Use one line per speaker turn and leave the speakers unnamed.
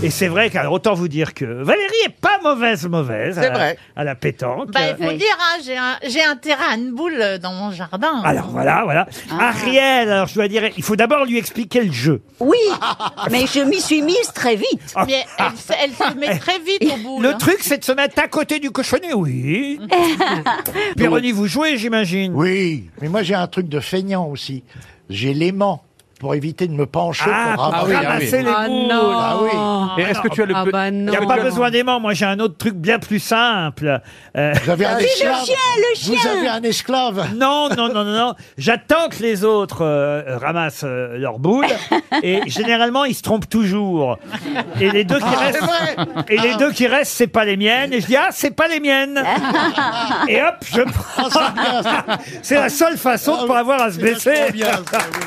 Et c'est vrai qu'alors autant vous dire que Valérie est pas mauvaise mauvaise à,
C'est
la-
vrai.
à la pétanque.
Bah, il faut
Euh,
dire, hein, j'ai un, j'ai un terrain à une boule euh, dans mon jardin.
Alors voilà, voilà.
Ah.
Ariel, alors je dois dire, il faut d'abord lui expliquer le jeu.
Oui, mais je m'y suis mise très vite.
Mais elle, se- elle se met très vite au bout. hein.
Le truc, c'est de se mettre à côté du cochonnet, oui. Péroni, vous jouez, j'imagine.
Oui, mais moi j'ai un truc de feignant aussi. J'ai l'aimant pour éviter de me pencher
Ah,
pour
pour ramasser
ramasser.
les boules.
Ah oui.
Et est-ce que tu as le
Ah
pe-
bah
Il
non.
n'y a pas besoin d'aimant. Moi, j'ai un autre truc bien plus simple. Euh,
Vous avez un
Puis
esclave.
le chien, le
Vous
chien.
avez un esclave.
non, non, non, non, non. J'attends que les autres euh, ramassent euh, leurs boules. Et généralement, ils se trompent toujours. Et les deux qui restent, et les deux qui restent, c'est pas les miennes. Et je dis ah, c'est pas les miennes. Et hop, je prends. C'est la seule façon de pas avoir à se
C'est
baisser.
vachement bien, ça, oui.